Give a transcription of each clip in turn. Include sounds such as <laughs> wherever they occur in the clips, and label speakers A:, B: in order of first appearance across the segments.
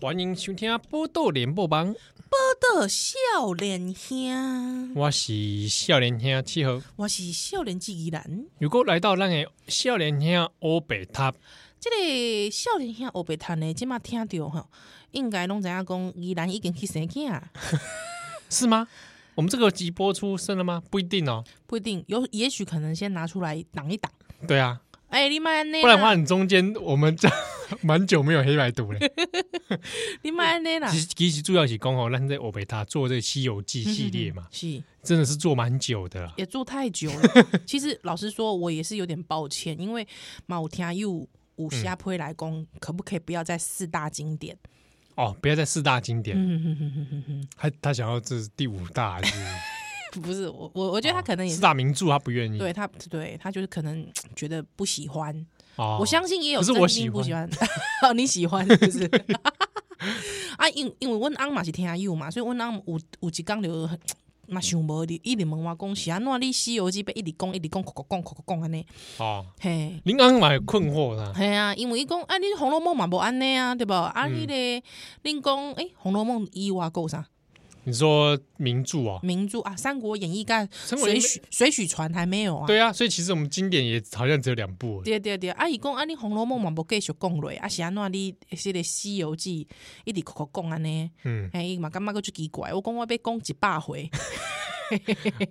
A: 欢迎收听《波豆联播榜》，
B: 的少年兄，
A: 我是少年兄七号。
B: 我是少年之依然。
A: 如果来到咱的少年兄欧北塔，
B: 这个少年兄黑白谈的，即马听着吼，应该拢知影讲依然已经去生囝啊，
A: 是吗？我们这个集播出生了吗？不一定哦。
B: 不一定有，也许可能先拿出来挡一挡。
A: 对啊，
B: 哎、你卖安尼
A: 不然的话，
B: 啦，
A: 你中间我们这 <laughs> 蛮久没有黑白读了。
B: 你卖安尼啦
A: 其，实其实主要是刚好咱在欧北塔做这个《西游记》系列嘛，
B: 是
A: 真的是做蛮久的啦。
B: 也做太久了。其实老实说，我也是有点抱歉，因为嘛，有听又有下坡来讲，可不可以不要再四大经典？
A: 哦，不要再四大经典，
B: 嗯哼哼哼哼哼
A: 他他想要这是第五大，还是
B: <laughs> 哼 <laughs> 不是我，我我觉得他可能也
A: 四
B: 是。
A: 大名著，他不愿意。
B: 对他，对他就是可能觉得不喜欢，
A: 哦，
B: 我相信也有
A: 可是
B: 真
A: 我
B: 心
A: 喜
B: 不喜欢， <laughs> 哦，你喜欢是不是？ <laughs> 啊，因因为阮翁嘛是听友嘛，所以阮翁有有一工就嘛想无哩，一直问我讲是安怎你《西游记》被一直讲一直讲，讲讲讲讲安尼，
A: 哦，
B: 嘿。
A: 林刚蛮有困惑的啊。
B: 系啊，因为伊讲啊，你《红楼梦》嘛无安尼啊，对无啊，
A: 嗯
B: 迄个恁讲诶，《红楼梦》以外还有啥
A: 你说名著哦，
B: 名著啊，《三国演义》甲
A: 三国演
B: 水
A: 义
B: 许水许传还没有啊？
A: 对啊，所以其实我们经典也好像只有两部而已。
B: 对对对，啊，伊讲啊，你《红楼梦》嘛无继续讲落，啊是安怎你迄个《西游记》一直口口讲安尼，
A: 嗯，
B: 哎伊嘛感觉个就奇怪，我讲我要讲一百回， <laughs>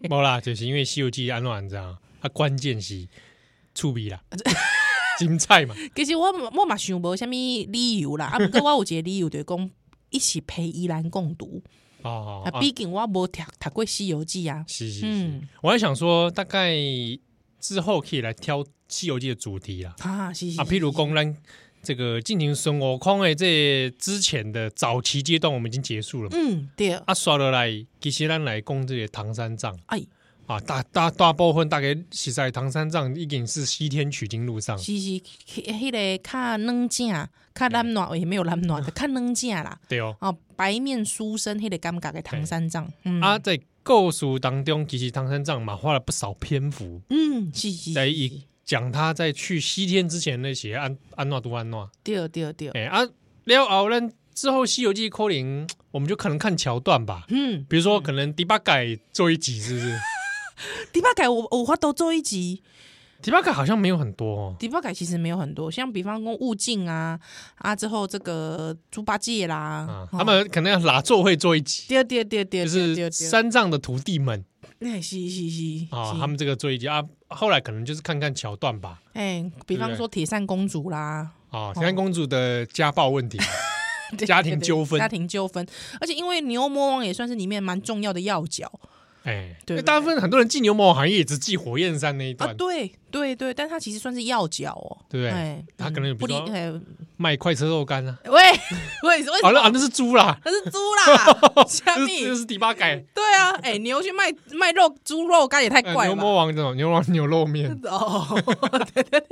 A: 冇啦，就是因为《西游记》安乱这样，它关键是触笔
B: <laughs>
A: 啦，精彩嘛。
B: 其实我我嘛想无虾米理由啦，啊，毋过我有一个理由就是讲。 <laughs> 一起陪依兰共读，
A: 哦，
B: 啊，
A: 啊
B: 毕竟我无读读过《西游记》啊，
A: 是是是
B: 嗯，
A: 我还想说，大概之后可以来挑《西游记》的主题啦。
B: 啊，是是
A: 啊，譬如讲咱这个进行孙悟空的这之前的早期阶段，我们已经结束了嘛。
B: 嗯，对，
A: 啊，刷落来，其实咱来讲这个唐三藏。
B: 哎，
A: 啊，大大大部分大概是在唐三藏已经是西天取经路上，
B: 是是，迄、迄个较软正，较软软也没有软软，较软正啦，
A: 对哦。
B: 哦，白面书生迄个感觉的唐三藏，嗯
A: 啊，在故事当中，其实唐三藏嘛花了不少篇幅
B: 嗯，是是，
A: 来
B: 是是
A: 以讲他在去西天之前那些安安诺都安诺，
B: 对对对，
A: 哎啊，了后咱之后《西游记》柯林，我们就可能看桥段吧，
B: 嗯，
A: 比如说可能第八改做一集，是不是？
B: 第八改我我花都做一集，
A: 第八改好像没有很多哦，
B: 第八改其实没有很多，像比方说悟净啊啊之后这个猪八戒啦，
A: 啊，
B: 哦
A: 他们可能拉座会做一集，
B: 对对对对
A: 就
B: 对
A: 是
B: 对对，
A: 三藏的徒弟们
B: 哎是是是，
A: 啊，
B: 是
A: 他们这个做一集啊，后来可能就是看看桥段吧。
B: 哎，比方说铁扇公主啦，
A: 啊，田安公主的家暴问题，<laughs>
B: 对
A: 家庭
B: 对对
A: 纠纷
B: 家庭纠纷，而且因为牛魔王也算是里面蛮重要的要角。
A: 哎，
B: 对
A: 大部分很多人记牛魔王行业也只记火焰山那一
B: 啊，
A: 段，
B: 对对对，但他其实算是要角哦，
A: 对不对
B: 哎
A: 他可能有
B: 嗯不
A: 比
B: 理
A: 如，说
B: 哎
A: 卖快车肉干啊，
B: 喂 <laughs> 喂，为什
A: 啊
B: 么
A: 那啊那是猪啦，
B: 他是猪
A: <laughs>
B: 啦？虾
A: 这
B: 米
A: 是这？是第八改，
B: 对
A: <laughs>
B: 啊，哎，牛去卖卖肉猪肉干也太
A: 呃
B: 哎怪
A: 牛
B: 了吧。
A: 魔王这种牛魔 <laughs> 王牛肉面，
B: 哦， <laughs> 对对对对对，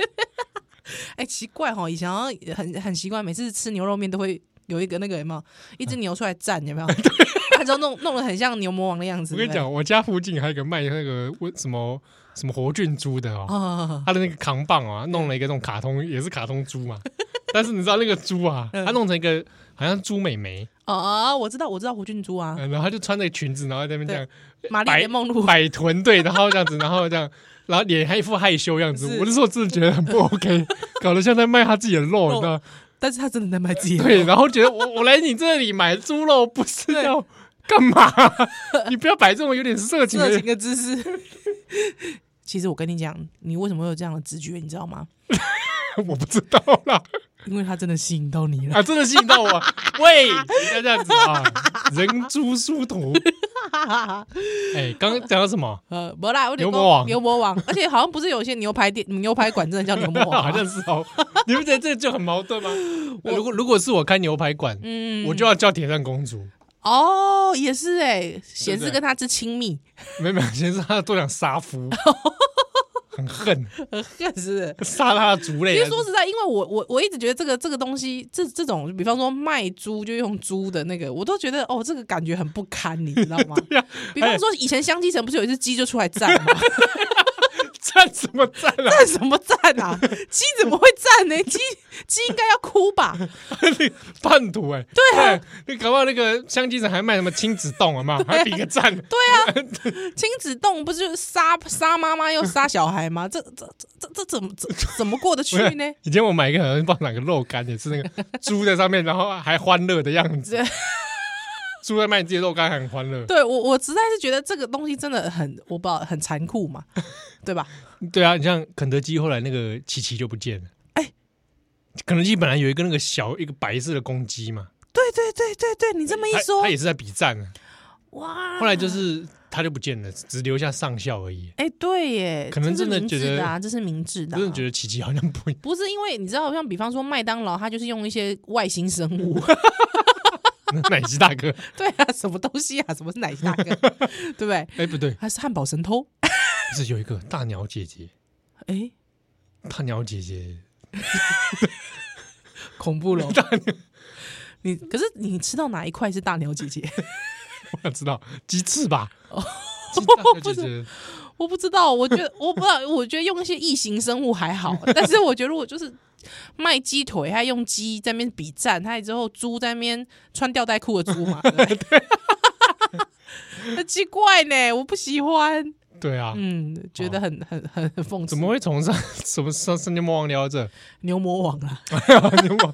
B: 哎，奇怪哈、哦，以前好像很很奇怪，每次吃牛肉面都会有一个那个有没有一只牛出来站，
A: <laughs>
B: 有没有？他就弄弄得很像牛魔王的样子。
A: 我跟你
B: 对不对，
A: 讲，我家附近还有一个卖那个温什么什么活菌猪的哦，
B: 哦，
A: 他的那个扛棒啊，弄了一个那种卡通，也是卡通猪嘛， <laughs> 但是你知道那个猪啊，
B: 嗯
A: 他弄成一个好像猪美眉，
B: 哦哦，我知道，我知道胡俊珠啊，
A: 呃然后他就穿着裙子，然后在那边这样。
B: 玛丽
A: 白
B: 莲梦
A: <laughs>
B: 露，
A: 摆臀对，然后这样子，然后这样，然后脸还一副害羞样子。
B: 是
A: 我那时候真的觉得很不 OK，搞得像在卖他自己的肉，你知道吗？
B: 但是他真的在卖自己的
A: 对，然后觉得我我来你这里买猪肉不是要干嘛？ <laughs> 你不要摆这种有点色情
B: 热
A: 的
B: 情。的姿势。 <laughs> 其实我跟你讲，你为什么会有这样的直觉，你知道吗？
A: <laughs> 我不知道啦，
B: 因为他真的吸引到你了。
A: 啊，真的吸引到我。喂，不要这样子啊，人猪殊途。哎，刚刚讲到什么？
B: 呃，不啦，我得
A: 牛魔王
B: 牛魔王，
A: <laughs>
B: 而且好像不是有些牛排店、牛排馆真的叫牛魔王吗，啊
A: 好像是哦，你不觉得这就很矛盾吗？如果如果是我开牛排馆，
B: 嗯
A: 我就要叫铁扇公主。
B: 哦，也是哎、显
A: 对
B: 示
A: 不对
B: 跟他之亲密，
A: 没没有，先是他都想杀夫，
B: <laughs>
A: 很恨，
B: 确实。
A: 杀他的族类。啊
B: 其实说实在，因为我我我一直觉得这个这个东西，这这种，比方说卖猪就用猪的那个，我都觉得哦，这个感觉很不
A: <laughs>
B: <laughs> 堪，你知道吗？
A: 呀 <laughs>
B: 比方说以前香鸡城不是有一只鸡就出来站吗？
A: 还是赞什么赞 <laughs> 啊？
B: 赞什么赞
A: <laughs>
B: 啊？鸡怎么会赞呢？鸡鸡应该要哭吧？
A: 叛徒哎、
B: 对啊
A: 哎，那搞不好那个香精城还卖什么亲子冻啊嘛，还比个赞，
B: 对啊，亲子洞不是就是杀杀妈妈又杀小孩吗？这这这这这怎么怎怎么过得去呢？
A: 以前我买一个好像放哪个肉干，也是那个
B: <laughs>
A: 猪在上面，然后还欢乐的样子
B: 对。
A: 猪在卖自己的肉干，很欢乐。
B: 对我我实在是觉得这个东西真的很我不知道很残酷嘛， <laughs> 对吧？
A: 对啊，你像肯德基后来那个琪琪就不见了。
B: 哎
A: 肯德基本来有一个那个小一个白色的公鸡嘛，
B: 对对对对对，你这么一
A: 它
B: 说
A: 哎它，也是在比战啊。<laughs>
B: 哇！
A: 后来就是它就不见了，只留下上校而
B: <laughs>
A: 已。
B: 哎、对耶，
A: 可能
B: 这
A: 真
B: 是
A: 的
B: 明
A: 觉
B: 智
A: 得
B: 的啊，这是明智的、啊，
A: 真的觉得琪琪好像不 <laughs>
B: 不是因为你知道，像比方说麦当劳，它就是用一些外星生物， <laughs>
A: 奶昔大哥。 <laughs>
B: 对啊，什么东西啊，什么是奶昔大哥， <laughs> 对不对？
A: 哎，不对，
B: 还是汉堡神偷？
A: 是有一个大鸟姐姐，
B: 哎、
A: 大鸟姐姐 <laughs>
B: 恐怖了！你可是你吃到哪一块是大鸟姐 <laughs> 姐？
A: 我想知道鸡翅
B: <laughs>
A: 吧？鸡大鸟姐姐
B: 我不知道，我觉得 <laughs> 我不知道，我觉得用一些异形生物还好， <laughs> 但是我觉得如果就是卖鸡腿，还用鸡在那边比战，还之后猪在那边穿吊带裤的猪嘛，
A: <laughs>
B: 对不 <laughs> 对很奇怪呢，我不喜欢，
A: 对啊，
B: 嗯，觉得很很很很讽刺，
A: 怎么会从上 <laughs> 什么上圣牛魔王聊到这？ <laughs>
B: 牛魔王啦？
A: 牛魔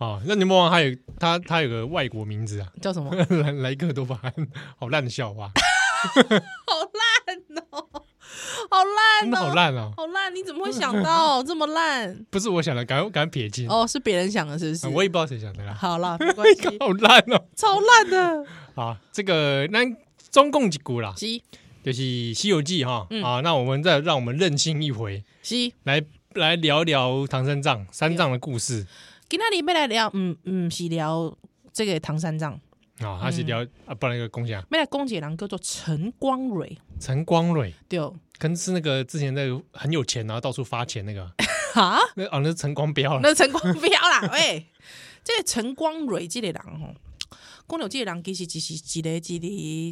A: 啊，那牛魔王还有他他有个外国名字啊，
B: <laughs>
A: <laughs>
B: 叫什么？ <laughs>
A: 莱莱克多巴胺，好烂的笑话，
B: 好 <laughs> 烂
A: 真的
B: 哦、
A: 好烂啊！
B: 好烂！你
A: <laughs>
B: 怎么会想到这么烂？
A: 不是我想的，赶快赶快撇清，啊
B: 哦，是别人想的，是不是？
A: 我也不知道谁想的啦，
B: 好啦，没关系，
A: 好烂哦！
B: 超烂的。
A: 啊，这个那中共一股啦，
B: 西
A: 就是《西游记》哈
B: 嗯
A: 啊，那我们再让我们任性一回，
B: 西，
A: 来来聊聊唐三藏三藏的故事
B: 今天你要来聊，嗯嗯，是聊这个唐三藏，
A: 啊，他
B: 嗯
A: 是聊啊，不然一个公讲
B: 要来攻击人叫做陈光蕊，
A: 陈光蕊。
B: 对，
A: 跟是那个之前那个很有钱，然后到处发钱那个，
B: 哈，
A: 那哦那是陈光标了。
B: 那陈光标啦，喂，这个陈光蕊这个人吼。讲到这个人其实只是一个一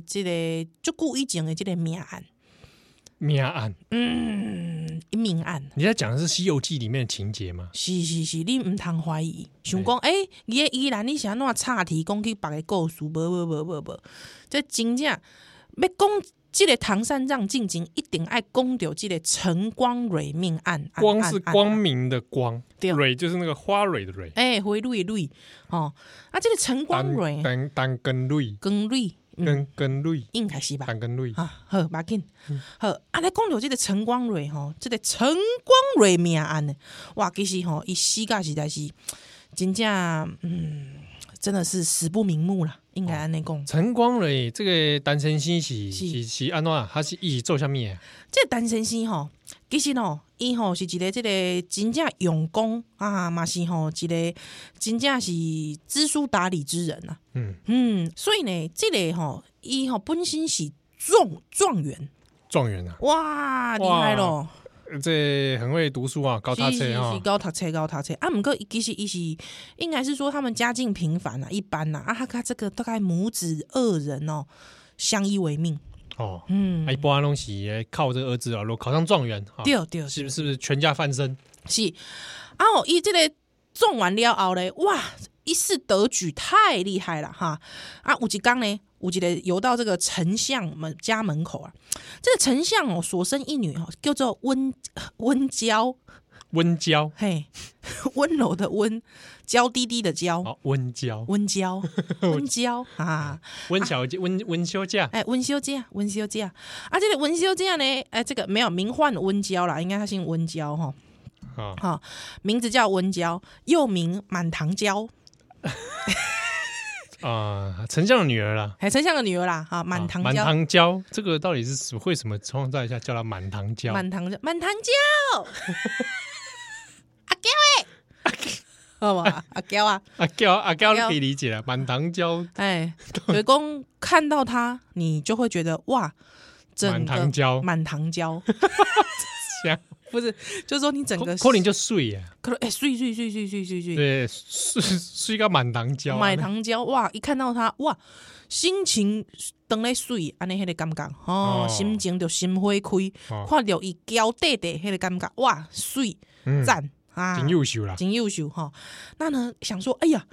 B: 个这个足久以前的这个命案，
A: 命案，
B: 嗯，命案，
A: 你在讲的是《西游记》里面的情节吗？
B: 是是是，你毋通怀疑，想讲诶，伊诶伊兰你是安怎岔题讲去别个故事，无无无无无，这真正要讲即个唐三藏进前，一定爱讲到即个陈光蕊命案，案
A: 光是，光
B: 案
A: 明的光，
B: 对
A: 蕊就是那个花蕊的蕊，
B: 诶，回蕊蕊吼，啊，即、个陈光蕊
A: 单单单根蕊，
B: 光蕊，嗯，
A: 根根蕊，
B: 应该是吧？
A: 单根蕊，
B: 啊，好，马紧，好，啊，来讲到即个陈光蕊吼，即、个陈光蕊命案呢，哇，其实吼，伊死噶实在是真正，嗯，真的是死不瞑目啦，应该安尼讲。
A: 陈光蕊这个单身星是
B: 是
A: 是是安怎样？他是一直做下面
B: 即、个陈先生吼，其实吼，伊吼是一个即个真正用功啊，嘛是吼一个真正是知书达理之人啊。
A: 嗯，
B: 嗯，所以呢，即、个吼，伊吼本身是状状元，
A: 状元啊，
B: 哇，厉害咯！
A: 呃这很会读书啊，高大
B: 是
A: 车
B: 是是
A: 啊，
B: 高读册高读册啊，毋过伊其实伊是应该是说他们家境平凡啊，一般呐啊，他看这个大概母子二人哦，相依为命，
A: 哦，
B: 嗯
A: 啊，一，般东西靠这儿子啊，如果考上状元啊，
B: 对对
A: 是
B: 是
A: 不是不是全家翻身？
B: 是，啊哦，伊这个种完了后咧，哇，一世得举太厉害了哈啊，有一刚呢。有一个游到这个丞相门家门口啊，这个丞相哦，所生一女哦，叫做温温娇，
A: 温娇，
B: 嘿， <laughs> 温柔的温，娇滴滴的娇，
A: 好，哦温娇，<laughs>
B: 温娇，温娇啊！
A: 温小姐，温温休假，
B: 哎，温小姐，温小姐啊！这个温小姐呢，哎，这个没有名唤温娇啦，应该她姓温娇哈，
A: 啊，
B: 哈、名字叫温娇，又名满堂娇，
A: 啊，丞相的女儿啦，
B: 哎，丞相的女儿啦，哈、满
A: 啊
B: 堂
A: 满
B: 娇，
A: 堂娇，这个到底是什么为什么创造一下叫她满堂娇？
B: 满堂娇，满堂娇，阿娇哎，
A: <laughs>
B: 好吧，阿娇啊，
A: 啊娇啊娇
B: 阿娇
A: 可以理解了，满堂娇， <laughs>
B: 哎，水公看到她，你就会觉得哇，整
A: 满堂 <laughs>
B: 个 <laughs>
A: 娇，
B: 满堂娇，
A: 香
B: 不是，就是说你整个
A: 可能就碎呀，
B: 可能哎，碎碎碎碎碎碎碎，
A: 对，碎碎个满堂胶啊，
B: 买糖胶哇！一看到他哇，心情当咧水，安尼迄个感觉
A: 哦，
B: 哦心情就心花开，
A: 哦
B: 看到伊娇弟弟迄个感觉哇，水
A: 嗯
B: 赞啊！
A: 真优秀啦，
B: 真优秀吼。那呢，想说，哎呀，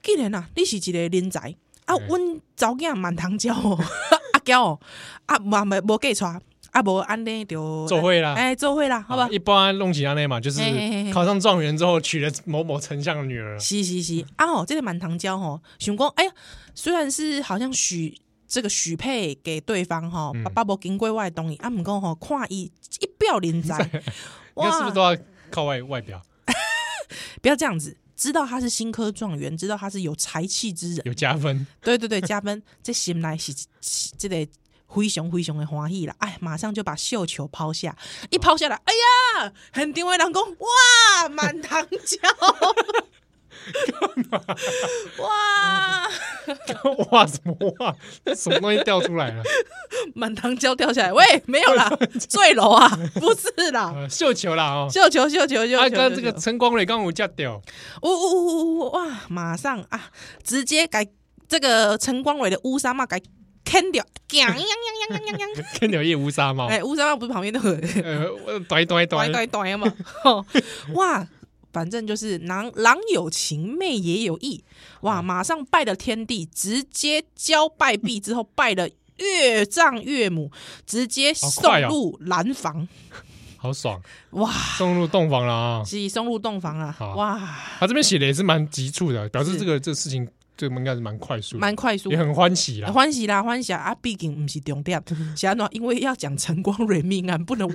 B: 既然啊，你是一个人才啊，
A: 嗯
B: 阮查某囝满堂教哦， <laughs> 阿娇哦，啊，嘛没无嫁娶，啊，无安尼就
A: 做会啦。
B: 哎，做伙啦，好吧
A: 啊。一般弄起安内嘛，就是
B: 嘿嘿嘿嘿
A: 考上状元之后娶了某某丞相的女儿，
B: 是是是，啊吼，这个满堂教吼，想讲，哎呀，虽然是好像许这个许配给对方吼，
A: 嗯，
B: 爸爸无经过我的同意，啊，毋过吼，看伊一表人才
A: <laughs> 那是不是都要靠外外表，
B: 不要这样子，知道他是新科状元，知道他是有才气之人。
A: 有加分？ <laughs>
B: 对对对，加分，这心内是是这个灰熊灰熊的欢喜啦！哎，马上就把绣球抛下，一抛下来，哎呀，很定位人讲哇，满堂叫， <laughs> 哇，
A: 哇什么哇？那什么东西掉出
B: <laughs>
A: 来了？
B: 满堂叫掉下
A: <laughs>
B: 来，喂，没有啦，坠楼啊，不是啦，
A: 呃绣球啦哦，
B: 绣球绣球绣球，
A: 啊，刚这
B: 绣
A: 个
B: 球
A: 陈光蕊刚有嫁掉，
B: 呜呜呜呜呜！哇，马上啊，直接改这个陈光伟的乌纱帽改砍掉，锵锵锵锵锵锵锵！
A: 跟柳叶无纱帽，
B: 哎，乌纱帽不是旁边
A: <laughs>
B: 都有
A: 呃，短短
B: 短
A: 短，
B: 短短嘛，吼 <laughs> 哇！反正就是郎郎有情，妹也有意，
A: 哦
B: 哇！马上拜了天地，直接交拜毕之后，拜了岳丈岳母，直接
A: 好
B: 送
A: 快哦
B: 入兰房，
A: 好爽，
B: 哇！
A: 送入洞房了啊！
B: 是送入洞房了，
A: 好
B: 哇！
A: 他这边写的也是蛮急促的，表示
B: 是
A: 这个这个事情这个应该是蛮快速的，
B: 蛮快速
A: 也，很欢喜啦。
B: 欢喜啦，欢喜啊！啊毕竟不是重点，是安怎？因为要讲晨光蕊命案，不能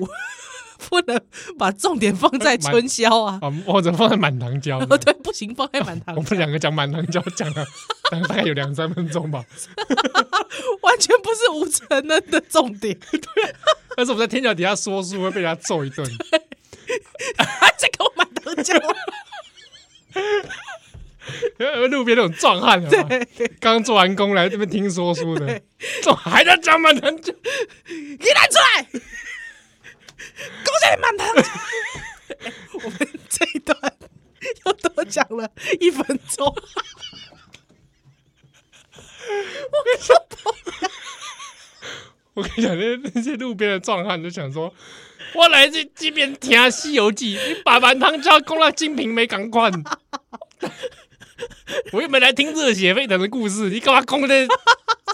B: <laughs> 不能把重点放
A: <laughs>
B: 在春宵啊！哦
A: 啊，或者放在满堂
B: <laughs>
A: 教，
B: 对，啊不行，放在满堂 <laughs>
A: 我，们两个讲满堂教讲了大概有两三分钟吧，
B: 完全不是吴承恩的重点。
A: <laughs> 但是我们在天桥底下说书会被人家揍一顿。 <laughs>
B: 啊，这个我满堂教，
A: 呃路边那种壮汉有没有，刚做完工来这边听说书 <laughs> 的，这种还在讲满堂教，
B: 你拿出来，恭喜你满堂 <laughs> 教。哎我们这一段又多讲了一分
A: <laughs>
B: 钟，我靠！
A: 我跟你讲，那那些路边的壮汉就想说，我来这这边听《西游记》，你把满堂教攻到金瓶梅赶快。 <laughs> 我又没来听热血沸腾的故事， <laughs> 你干嘛攻的？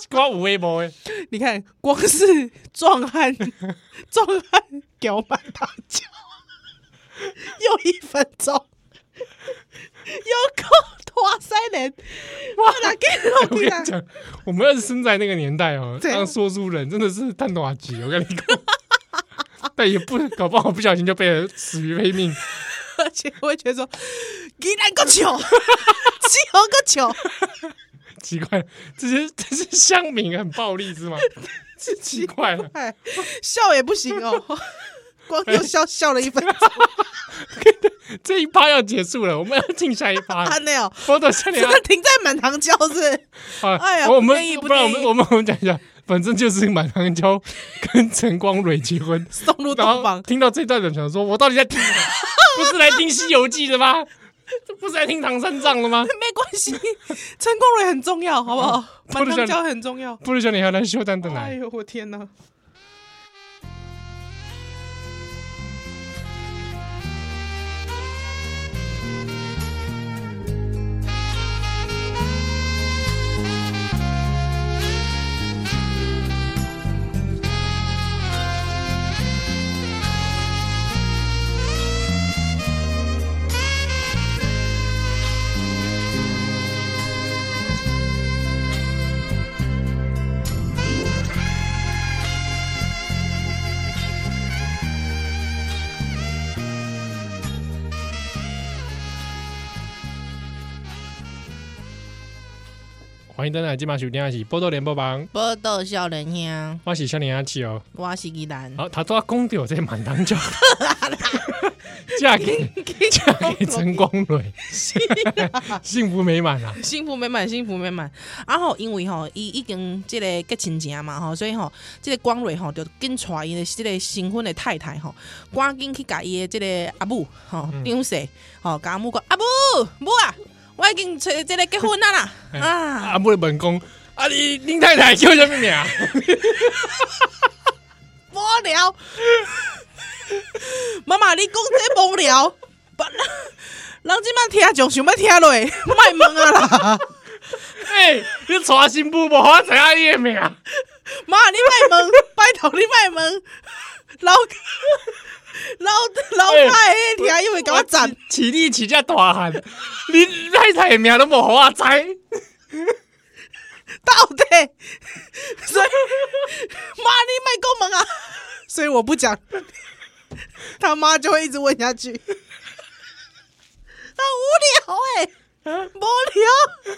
A: 刮五微博哎，
B: 你看，光是壮汉，
A: <laughs>
B: 壮汉屌满大叫，又一分钟，又靠拖塞人，我哪给
A: 我
B: 弄
A: 跟
B: 你
A: 你
B: 啊？
A: 讲，我们要是生在那个年代哦，
B: 对啊
A: 当说书人真的是探多级，我跟你讲。但也不搞不好，不小心就被人死于非命。
B: 而且我会觉得说，你那个球，西红个球，
A: 奇怪，这些这些乡民很暴力是吗？这奇怪了，
B: 哎，笑也不行哦，光又笑笑了一分钟，
A: 这一趴要结束了，我们要进下一趴了。
B: <laughs> 安内哦，
A: 我等下哎
B: 这
A: 你啊
B: 个，停在满堂教是
A: 啊
B: 哎呀
A: 我
B: 不
A: 们
B: 愿意不
A: 不然我
B: 愿
A: 们
B: 意
A: 我们我们讲一下，反正就是满堂娇 <laughs> 跟陈光蕊结
B: <laughs>
A: 婚，
B: 送入
A: 然
B: 洞
A: 后
B: 房，
A: 听到这段的想说，我到底在听什么？不是来听《西游记》的吗？这不是来听唐三藏的吗？
B: 没关系，陈光蕊很重要，好不好？
A: 我的
B: 满
A: 天
B: 堂教很重要。
A: 不如叫你还来修丹的
B: 哎
A: 来，
B: 呦，我天哪！
A: 欢迎登来，今晚收听的是《波多联播榜》，
B: 报道少年兄，
A: 我是少年阿七哦。
B: 我是依兰。 <laughs>
A: 好，他都要讲到这满堂娇，嫁给
B: 给
A: 嫁给陈光
B: <laughs>
A: 蕊，幸福美满啊！
B: 幸福美满，幸福美满。啊吼，因为吼，伊已经即个结亲情嘛吼，所以吼，即、个光蕊吼，就紧带伊的即个新婚的太太吼，赶紧去甲伊的即个阿母吼，张氏吼，甲阿母讲阿母母啊，我已经找即个结婚啊啦啊，
A: 啊，不是本宫啊，你林太太叫什么名？啊
B: <laughs> 无聊。妈妈，你讲这无聊，不人即摆听仲想要听落，莫问啊啦。
A: 哎，你娶新妇无法知影伊的名，
B: 妈，你莫问，拜托你莫问，老老老
A: 欸
B: 太迄听伊会甲我赞，
A: 起你起只大汉，你太太的名都无互我知。
B: 到底，所以妈你莫讲问啊，所以我不讲，他妈就会一直问下去，很无聊哎、无聊，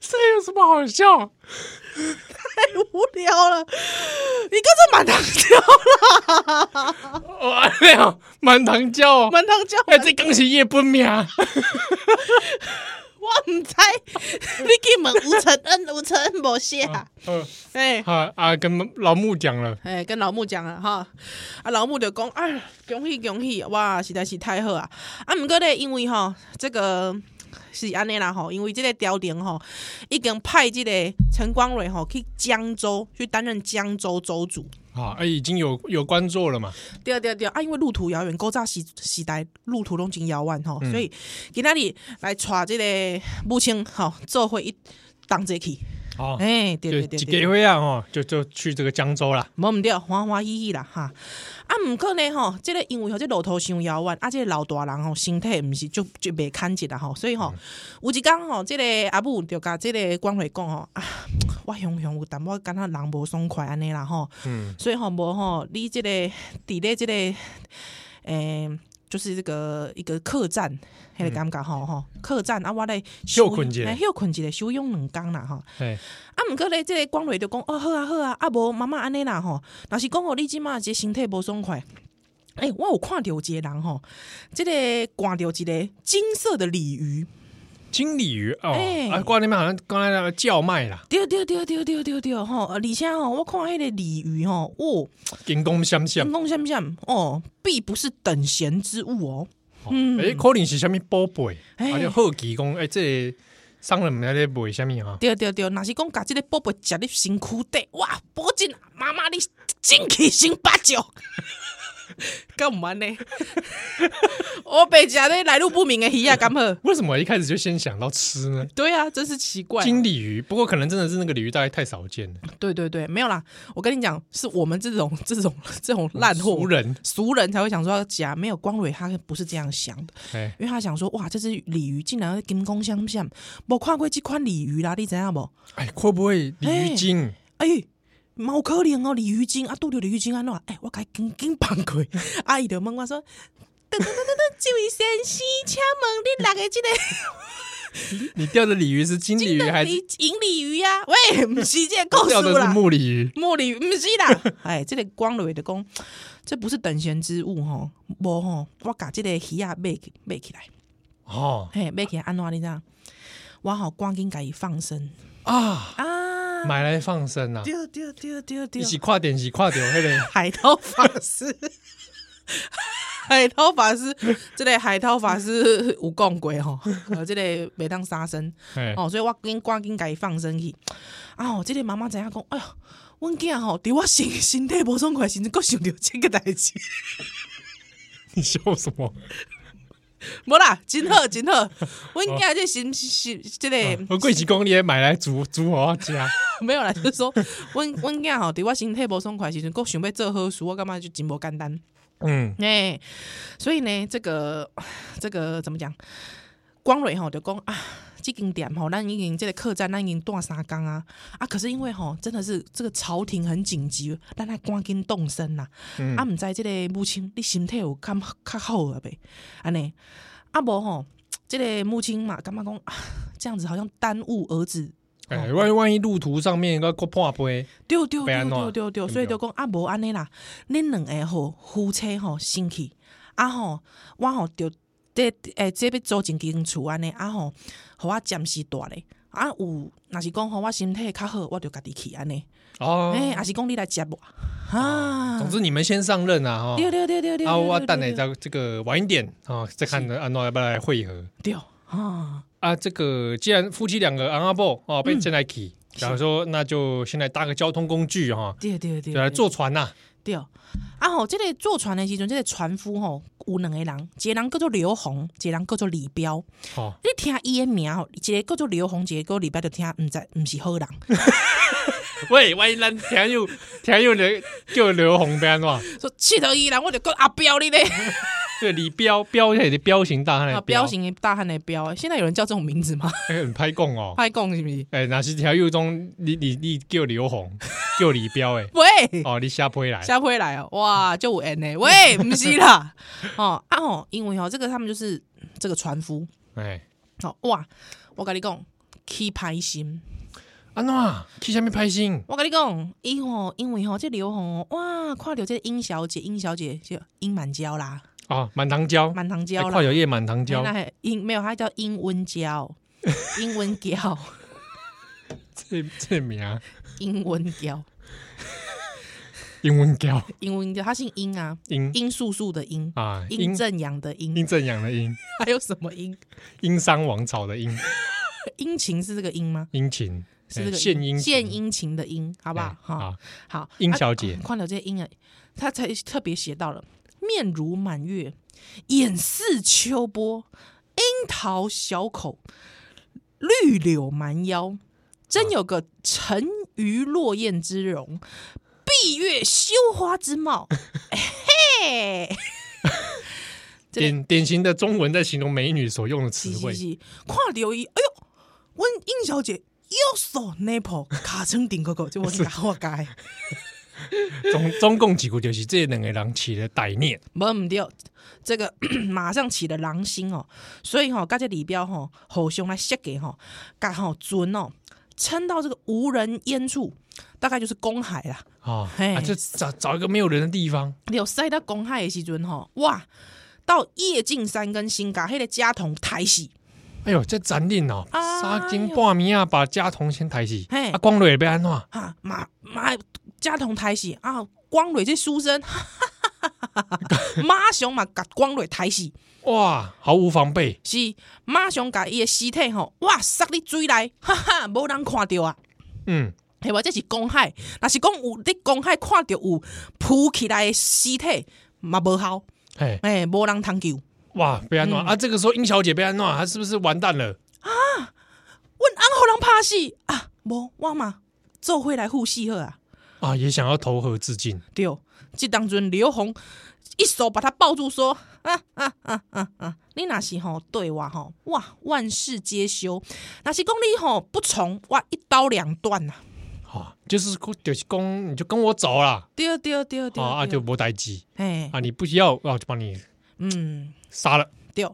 A: 这有什么好笑？
B: 太无聊了，你跟这满堂教啦，
A: 哦，安尼哦，满堂叫哦，
B: 满堂教， <laughs>
A: 哎，这刚是伊的本名。
B: 我唔知，你去问吴承恩，吴承恩无写 <laughs> 啊，
A: 呃，
B: 哎、
A: 啊啊，跟老木讲了，
B: 哎、跟老木讲了哈，啊，老木就讲，哎，恭喜恭喜，哇，实在是太好啊！啊，毋过咧，因为吼，这个是安尼啦吼，因为这个朝廷吼，已经派这个陈光蕊吼去江州去担任江州州主。
A: 啊，哎，已经有有官做了嘛，
B: 对对对，啊，因为路途遥远，古早时时代路途拢真遥远吼，
A: 嗯
B: 所以今仔日来带这个母亲吼做伙一同齐去，
A: 哦，
B: 哎、
A: 就
B: 对对对
A: 一
B: 对
A: 结。婚啊，哦，就就去这个江州啦。
B: 无毋对，欢欢喜喜啦哈。啊，毋过呢吼，即、个因为吼即路途伤遥远，啊，即、个老大人吼身体毋是就就袂堪一啦吼，所以
A: 嗯
B: 吼、有一工吼，即、个阿母就甲即个光伟讲吼，啊，我雄雄有淡薄感觉人无爽快安尼啦吼，
A: 嗯，
B: 所以吼无吼，你即、个伫咧即个诶。就是这个一个客栈，迄个感觉吼吼，客栈啊，我来
A: 休困一下
B: 哎休困一下，休养两工啦吼。
A: 哎，
B: 啊，毋过咧，即、个光蕊就讲，哦，好啊，好啊，啊无妈妈安尼啦吼，若是讲哦，你即马即身体无爽快。诶、我有看到一个人吼，即、个挂到一个金色的鲤鱼，
A: 金鲤鱼哦，
B: 哎
A: 啊，挂那边好像刚才那个叫卖啦，
B: 对对对对对对对吼，而且吼，我看迄个鲤鱼吼，哦，
A: 金光闪闪
B: 金，光闪闪哦，必不是等闲之物哦。
A: 哦哎，可能是什么宝贝，
B: 哎
A: 啊，就好奇讲，哎，这个商人们在卖什么啊？
B: 对对对，若是讲甲即个宝贝食入身躯底，哇，保证妈妈你进去先八九， <laughs> 干毋安尼？ <laughs> 我被食咧来路不明的鱼啊，敢好？
A: 为什么一开始就先想到吃呢？
B: 对啊，真是奇怪。
A: 金鲤鱼，不过可能真的是那个鲤鱼大概太少见了，
B: 对对对，没有啦，我跟你讲，是我们这种 <laughs> 这种这种烂
A: 俗
B: 货
A: 人，
B: 俗人才会想说要夹，没有光蕊他不是这样想的，
A: 哎，
B: 因为他想说哇，这只鲤鱼竟然金光相闪，无看过这款鲤鱼啦，你知影无？
A: 哎，会不会鲤鱼
B: 哎
A: 精？
B: 哎、毛可怜哦，鲤鱼精啊，拄着鲤鱼精安怎？哎、我该紧紧放 <laughs> 开。阿姨就问我说：“等等等等等，这位先生，请问你哪个 <laughs> 这个
A: 你钓的鲤鱼是金鲤鱼还是
B: 鲤银鲤鱼啊？喂，不是 <laughs> 这个故事
A: 钓的是
B: 啦，
A: 木鲤鱼？
B: 茉莉不是 <laughs> 啦。哎，这个光蕊的讲，这不是等闲之物吼，无吼，我把这个鱼啊买起买起来，
A: 哦
B: 嘿，买起来安怎你知道？我好赶紧给伊放生
A: 啊，
B: <laughs> 啊！
A: 买来放生啊！
B: 对对对对对
A: 一。起跨点，一起跨点，那个
B: 海涛法师，海涛法师，这个海涛法师有讲过吼，呃，这个袂当杀生
A: 哎，
B: 哦，所以我紧赶紧甲伊放生去。啊、哦，这个妈妈知影讲，哎哟，阮囝吼，伫我身身体无爽快时，阵，搁想着这个代志， <laughs>
A: 你笑什么？
B: 无啦，真好真好，阮囝这心心这 <laughs> 个。
A: 我啊哦贵几公里也买来煮煮啊我家，
B: 没有啦，就是说， <laughs> 阮阮囝吼，伫我身体无爽快的时阵，搁想要做好事，我感觉就真无简单。
A: 嗯，
B: 哎、所以呢，这个 <sighs> 这个怎么讲？光蕊吼就讲啊，这间店吼，咱已经这个客栈，咱已经断三缸啊啊！可是因为吼，真的是这个朝廷很紧急，咱来赶紧动身啦。啊，毋知这个母亲，你身体有较较好了呗？安尼啊无吼，这个母亲嘛，感觉讲啊，这样子好像耽误儿子。
A: 哎，万一万一路途上面个个破杯，
B: 对对
A: 要
B: 对
A: 安怎
B: 对对对，所以就讲啊，无安尼啦，恁两个吼夫妻吼生气，啊吼，我吼就这诶，这要租一间厝安尼啊吼，互我暂时住咧。啊有，若是讲吼我身体较好，我就家己去安尼。
A: 哦，
B: 诶，若是讲你来接我啊。
A: 总之你们先上任啊，哈，
B: 对，对对对对，
A: 啊，
B: 对
A: 我
B: 对
A: 等
B: 对
A: 下再这个晚一点啊，再看安诺要不要来会合
B: 对啊，
A: 啊。这个既然夫妻两个昂阿伯哦被正来起，
B: 嗯是
A: 假如说那就先来搭个交通工具哈，
B: 对对对，
A: 就来
B: 对
A: 坐船呐，
B: 对，啊吼，即、个坐船的时阵，即、个船夫吼有两个人，一个人叫做刘洪，一个人叫做李彪。
A: 哦，
B: 你听伊的名吼，一个叫做刘洪，一个叫李彪，就听毋知毋是好人。
A: 喂，万一咱听友听友的叫刘红边哇，
B: 说气头伊人，我就叫阿彪你咧，
A: 对李彪彪也是彪形大汉
B: 啊
A: 的
B: 彪型的大汉的彪。现在有人叫这种名字吗？
A: 哎很拍供哦。
B: 歹讲是毋是？
A: 哎，哪是条友中你你你叫刘
B: <laughs>
A: 红，叫李彪哎，
B: 喂，
A: 哦，你下不会来，
B: 下回来哦，哇，就有缘呢。喂，毋是啦，哦啊吼，因为吼这个他们就是这个船夫，
A: 哎，
B: 哦哇，我甲你讲，起歹心。
A: 安诺啊，去下面拍心，
B: 我跟你讲，伊吼，因为吼，这刘吼，哇，看到这个殷小姐，殷小姐就殷满娇啦，
A: 哦，满堂娇，
B: 满堂娇
A: 哎
B: 啦
A: 跨，有夜满堂娇
B: 哎，那还殷没有，她叫殷
A: <laughs>
B: 温娇，殷温娇，
A: 这这名啊
B: 殷温娇，
A: 英文娇
B: 殷温娇，她姓殷啊，
A: 英
B: 殷素素的殷，
A: 啊
B: 殷
A: 嗯英
B: 正阳的殷，
A: 英正阳的英，
B: 还有什么殷？
A: 殷商王朝的殷，
B: 殷勤是这个殷吗？
A: 殷勤
B: 是这个
A: 哎献殷勤
B: 献殷勤的殷，好
A: 好
B: 不好？好，
A: 啊，
B: 好，
A: 殷
B: 啊
A: 小姐
B: 看到这些音啊，他才特别写到了面如满月，眼似秋波，樱桃小口，绿柳蛮腰，真有个沉鱼落雁之容，闭月羞花之貌。嘿，这个
A: 典典型的中文在形容美女所用的词
B: 是是
A: 汇，
B: 是，看到伊，哎呦，阮殷小姐右手 n a p l 卡成顶个个，就我是我改。
A: <laughs> 中中共几句就是这两个人起了歹念，
B: 无毋对，哦这个 <coughs> 马上起了狼心哦，所以吼、哦，甲这李彪吼、互相来设计吼，甲吼船哦，撑到这个无人烟处，大概就是公海啦。
A: 啊
B: 哦嘿
A: 啊，就找找一个没有人的地方，
B: 你有塞到公海的时阵吼、哇，到夜静山跟新港迄个家童抬死，
A: 哎呦，这斩令哦，
B: 哎呦
A: 杀金半暝啊，把家童先抬起，
B: 嘿
A: 啊，光蕊被安怎？
B: 哈、马马家童抬死啊，光蕊这书生， <laughs> 哈哈哈哈哈哈马上嘛甲光蕊抬死，
A: 哇，毫无防备，
B: 是马上甲伊的尸体吼、哇塞你水内，哈哈，无人看着啊。
A: 嗯，
B: 嘿，或者是公海，若是讲有你公海看到有浮起来的尸体，嘛无效，
A: 嘿，
B: 哎、无人通救。
A: 哇，被安怎
B: 嗯
A: 啊？这个时候殷小姐被安怎？她是不是完蛋了？
B: 阮翁互人拍死啊，无我嘛做伙来护死好啊。
A: 啊，也想要投河自尽。
B: 对，即当阵刘洪一手把他抱住，说：“啊啊啊啊啊！你若是吼对我吼，哇，万事皆休。若是讲你吼不从，哇，一刀两断呐、啊。
A: 啊，就是就是公，你就跟我走啦，
B: 对”对对对对，
A: 啊啊就没代志
B: 哎、
A: 啊，你不需要啊，就把你
B: 嗯。
A: 杀了。
B: 对，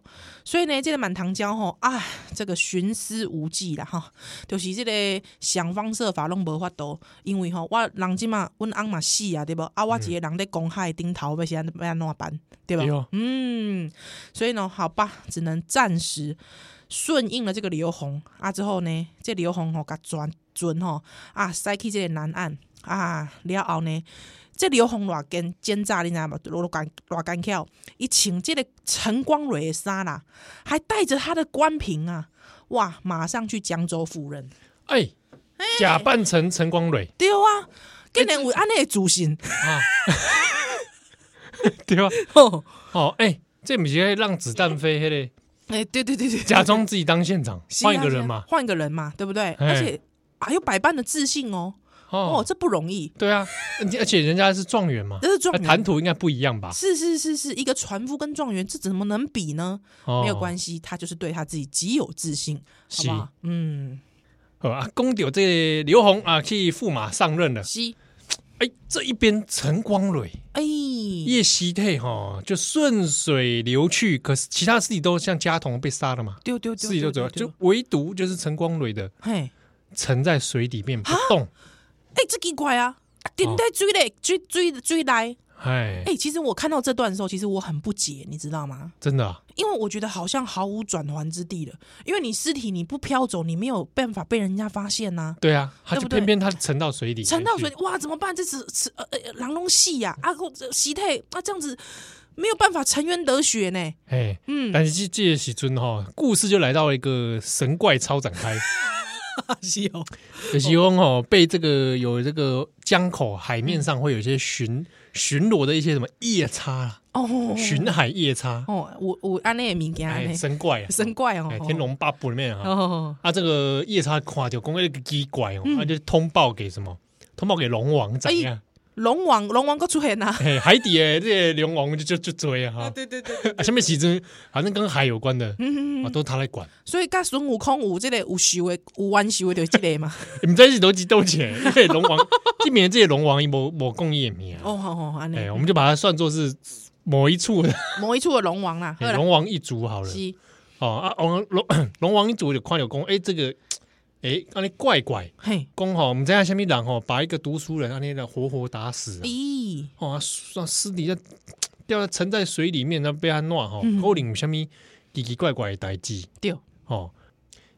B: 所以呢，这个满堂娇吼，啊，这个徇私无忌啦吼，就是这个想方设法拢无法度，因为吼，我人即嘛，阮翁嘛死啊，对无啊，我一个人咧公海顶头要是安要安怎办，对
A: 对
B: 无
A: 哦
B: 嗯，所以呢，好吧，只能暂时顺应了这个刘洪啊，之后呢，这刘洪吼甲转准吼啊，驶去这个南岸啊，了后呢。这刘洪偌奸奸诈，你知道吗？偌干偌干巧，伊穿这个陈光蕊的衫啦，还带着他的官瓶啊，哇！马上去江州赴任。
A: 哎，假扮成陈光蕊
B: 对啊，竟然有安尼的自信，
A: 啊，对吧？
B: 吼，
A: 哦，哎，这不是让子弹飞嘿嘞，
B: 哎，对对对对，
A: 假装自己当县长，
B: 是啊
A: 换一个人
B: 是啊
A: 嘛。
B: 换一个人嘛，对不对？
A: 嘿
B: 而且还有百般的自信哦，哦，
A: 哦，
B: 这不容易，
A: 对啊，而且人家是状元嘛，
B: 这是状
A: 那谈
B: 元。
A: 吐应该不一样吧？
B: 是是是是，一个船夫跟状元，这怎么能比呢？
A: 哦
B: 没有关系，他就是对他自己极有自信，好
A: 是
B: 不好？嗯，
A: 好啊，公丢这刘宏啊，去驸马上任了。
B: 是，
A: 哎，这一边陈光蕊
B: 哎，
A: 夜袭退哈，哦就顺水流去。可是其他尸体都像家童被杀了嘛，
B: 丢丢丢，
A: 尸体都走了，
B: 丢
A: 就
B: 丢
A: 唯独就是陈光蕊的
B: 嘿，
A: 沉在水里面不动
B: 哎，这奇怪啊，啊，顶在水内，水水水内，
A: 哎，
B: 哎、其实我看到这段的时候，其实我很不解，你知道吗？
A: 真的啊，
B: 因为我觉得好像毫无转圜之地了。因为你尸体你不飘走，你没有办法被人家发现呐、
A: 对啊，他
B: 对
A: 就
B: 不对
A: 偏偏他沉到水底，
B: 沉到水，里，哇，怎么办？这只是呃呃狼龙戏呀，啊，我这习退啊，这样子没有办法沉冤得雪呢。
A: 哎，
B: 嗯，
A: 但是这这个时阵哈，故事就来到了一个神怪超展
B: <laughs>
A: 开，
B: 是哦，
A: 啊就是说哦，被这个有这个江口海面上会有一些巡巡逻的一些什么夜叉啦，
B: 哦，
A: 巡海夜叉，
B: 哦，我我安那物件
A: 哎，
B: 呢，
A: 神怪啊，
B: 神怪哦
A: 哎，，天龙八部里面啊，
B: 哦，
A: 啊，这个夜叉看就讲那个奇怪哦，
B: 嗯
A: 他就通报给什么？通报给龙王怎
B: 哎
A: 样？
B: 龙王龙王哥出现
A: <laughs>
B: 啊，
A: 嘿，海底的这个龙王就就就追啊哈，
B: 对对对，
A: 啊，下面其实反正跟海有关的
B: 嗯，
A: 啊，都他来管。
B: 所以跟孙悟空有这个有修的有弯修的就是
A: <laughs>
B: 这个嘛，
A: 你们在一起都几斗钱？因为龙王，今年这些龙王某某共一名啊，
B: 哦哦哦，安
A: 哎，
B: 内
A: 我们就把它算作是某一处的
B: 某一处的龙王啦，好
A: 哎
B: 啦，
A: 龙王一族好了。
B: 是，
A: 哦啊，龙龙龙王一族就看到讲，哎，这个哎，安尼怪怪，
B: 嘿，
A: 讲吼，我们在下面人吼，把一个读书人安尼的活活打死啊，
B: 咦，
A: 哦，啊让尸体在掉在沉在水里面，然后被他弄吼
B: 嗯，
A: 可能有什么奇奇怪怪的代志。
B: 对，
A: 哦，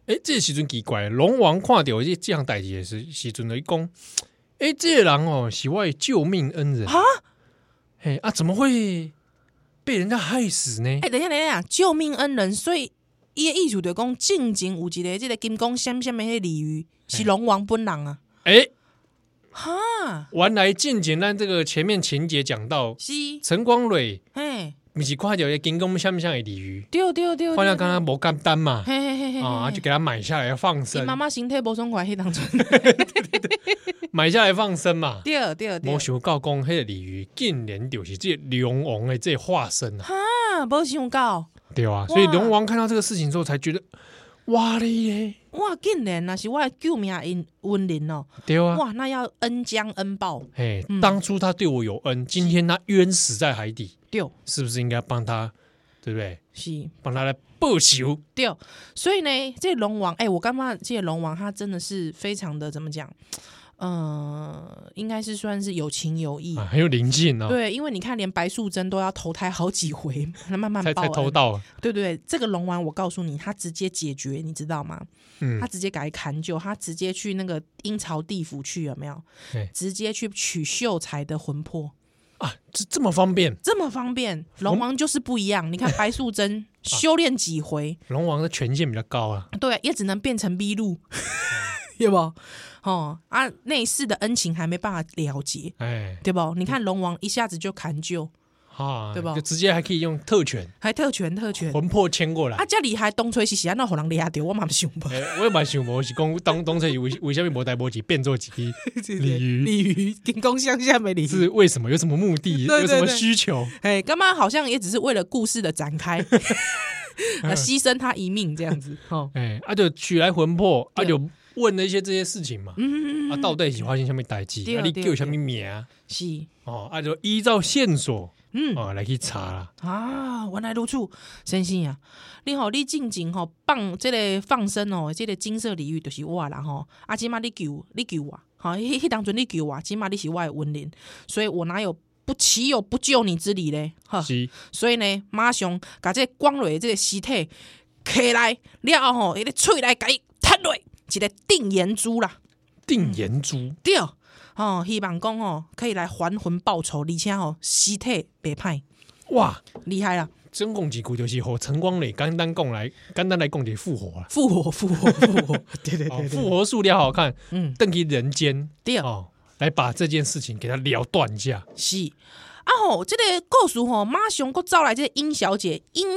A: 诶，这个时阵奇怪，龙王看到这这样代志的时时阵，伊讲，诶，这个人哦是我的救命恩人
B: 啊，
A: 嘿啊，怎么会被人家害死呢？
B: 哎，等一下等一下，救命恩人，所以伊的意思就讲，进前有一个这个金光闪闪的那个鲤鱼是龙王本人啊，
A: 诶，
B: 哈，
A: 原来进简单这个前面情节讲到，
B: 是，
A: 陈光蕊
B: 嘿，
A: 不是看到一个金光像不像的鲤鱼，
B: 对对对，
A: 看到
B: 对
A: 刚刚无简单嘛，
B: 嘿嘿嘿嘿，
A: 啊，
B: 嘿
A: 就给他买下来放
B: 你
A: 生，
B: 妈妈身体无爽快，迄 <laughs> 当中，
A: 买下来放生嘛。
B: 对对对
A: 我，想到讲，迄个鲤鱼竟然就是这个龙王的这个化身啊！
B: 哈，无想到，
A: 对啊，所以
B: 哇
A: 龙王看到这个事情之后，才觉得哇哩嘞，
B: 哇，竟然啊那是我的救命恩恩人哦，
A: 对啊，
B: 哇，嗯那要恩将恩报，
A: 哎，当初他对我有恩，今天他冤死在海底，
B: 对，
A: 是不是应该帮他，对不对？
B: 是，
A: 帮他来报仇？
B: 对，所以呢，这个龙王，哎、我干嘛？这个龙王他真的是非常的怎么讲？呃，应该是算是有情有义。
A: 啊，很有灵性啊，
B: 嗯对，因为你看，连白素贞都要投胎好几回，慢慢
A: 才
B: 报
A: 才
B: 恩。
A: 偷到啊，
B: 对对对，这个龙王，我告诉你，他直接解决，你知道吗？
A: 嗯
B: 他，直接改砍酒，他直接去那个阴曹地府去，有没有
A: 对？
B: 直接去取秀才的魂魄，
A: 啊，这这么方便，
B: 这么方便。龙王就是不一样，你看白
A: <laughs>
B: 素贞
A: 啊
B: 修炼几回，
A: 龙王的权限比较高啊，
B: 对，也只能变成 B 路， <laughs> 对不？哦啊，内世的恩情还没办法了结，
A: 哎，
B: 对不？你看龙王一下子就砍救，
A: 哈，
B: 对吧
A: 就直接还可以用特权
B: 还特权特权
A: 魂魄牵过来
B: 啊！。这里还东吹西洗，那互人掠着，我嘛不想 <laughs> 吧？
A: 哎我也蛮想无是讲当当初是为为什么无代无志变做几鲤鱼
B: 鲤鱼，金光向下没鲤鱼。
A: 是为什么？有什么目的？
B: <laughs> 对对
A: 有什么
B: 对
A: 需求？
B: 哎，干妈好像也只是为了故事的展
A: <laughs>
B: 开，呃牺牲他一命这样子。哦，
A: 哎、啊就取来魂魄，啊
B: 对
A: 就问了一些这些事情嘛，
B: 嗯，
A: 啊到底是发生什么代志
B: 对，
A: 啊你
B: 对
A: 叫什么名，
B: 是，
A: 哦，啊就依照线索，
B: 嗯
A: 哦来去查啦，
B: 啊，原来如此，先生啊，你吼、你进前吼放即个放生哦，即、个金色鲤鱼就是我啦吼，啊，即码你救你救我，吼、迄迄当阵你救我，即码你是我的恩人，所以我哪有不岂有不救你之理咧？呵，
A: 是，
B: 所以呢，马上甲即个光蕊即个尸体起来了后吼，迄个喙来甲伊踢落，一个定眼珠啦，嗯
A: 定眼珠，
B: 对，吼、希望讲吼、可以来还魂报仇，而且吼、尸体袂歹，
A: 哇，
B: 厉害啦！
A: 真共几句就是和晨光磊简单共来，简单来共得复活啦，
B: 复活，复活，复活， <laughs> 对对
A: 哦
B: 对
A: 复
B: 对，
A: 活数量好看，
B: 嗯，
A: 邓去人间
B: 对，
A: 哦，来把这件事情给他了断一下，
B: 是啊吼，这个故事吼，马上佫招来这个殷小姐，殷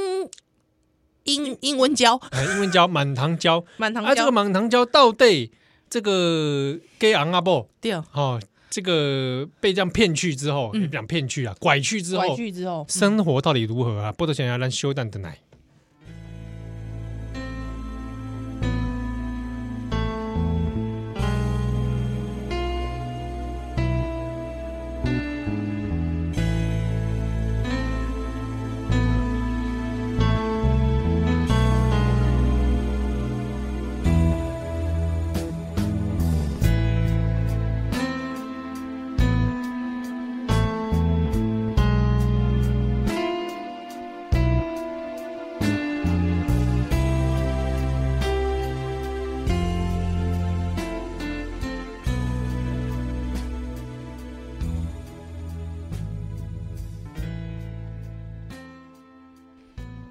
B: 殷殷文娇，
A: 哎英文叫满堂教，
B: 满堂
A: 啊这
B: 娇
A: 个，满堂教到底这个给昂啊不？
B: 对，
A: 哦，这个被这样骗去之后，
B: 嗯
A: 讲骗去啊，拐去之
B: 拐
A: 后，
B: 去之后，
A: 生活到底如何啊？波多想要让修蛋的奶，